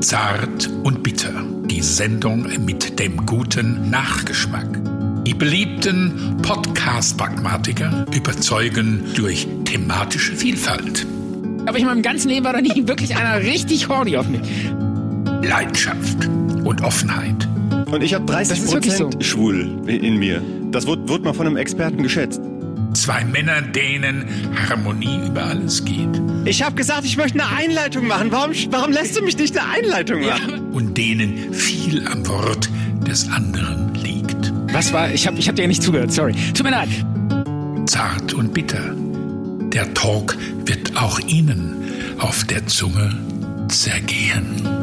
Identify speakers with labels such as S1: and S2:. S1: Zart und bitter. Die Sendung mit dem guten Nachgeschmack. Die beliebten Podcast-Pragmatiker überzeugen durch thematische Vielfalt,
S2: Aber ich in meinem ganzen Leben war doch nie wirklich einer richtig horny auf mich.
S1: Leidenschaft und Offenheit.
S3: Und ich habe 30
S2: ist wirklich
S3: Prozent schwul in mir. Das wurde, wurde mal von einem Experten geschätzt.
S1: Zwei Männer, denen Harmonie über alles geht
S3: Ich habe gesagt, ich möchte eine Einleitung machen. Warum, warum lässt du mich nicht eine Einleitung machen?
S1: und denen viel am Wort des anderen liegt.
S2: Was war? Ich habe ich hab dir nicht zugehört, sorry. Tut mir leid.
S1: Zart und bitter. Der Talk wird auch Ihnen auf der Zunge zergehen.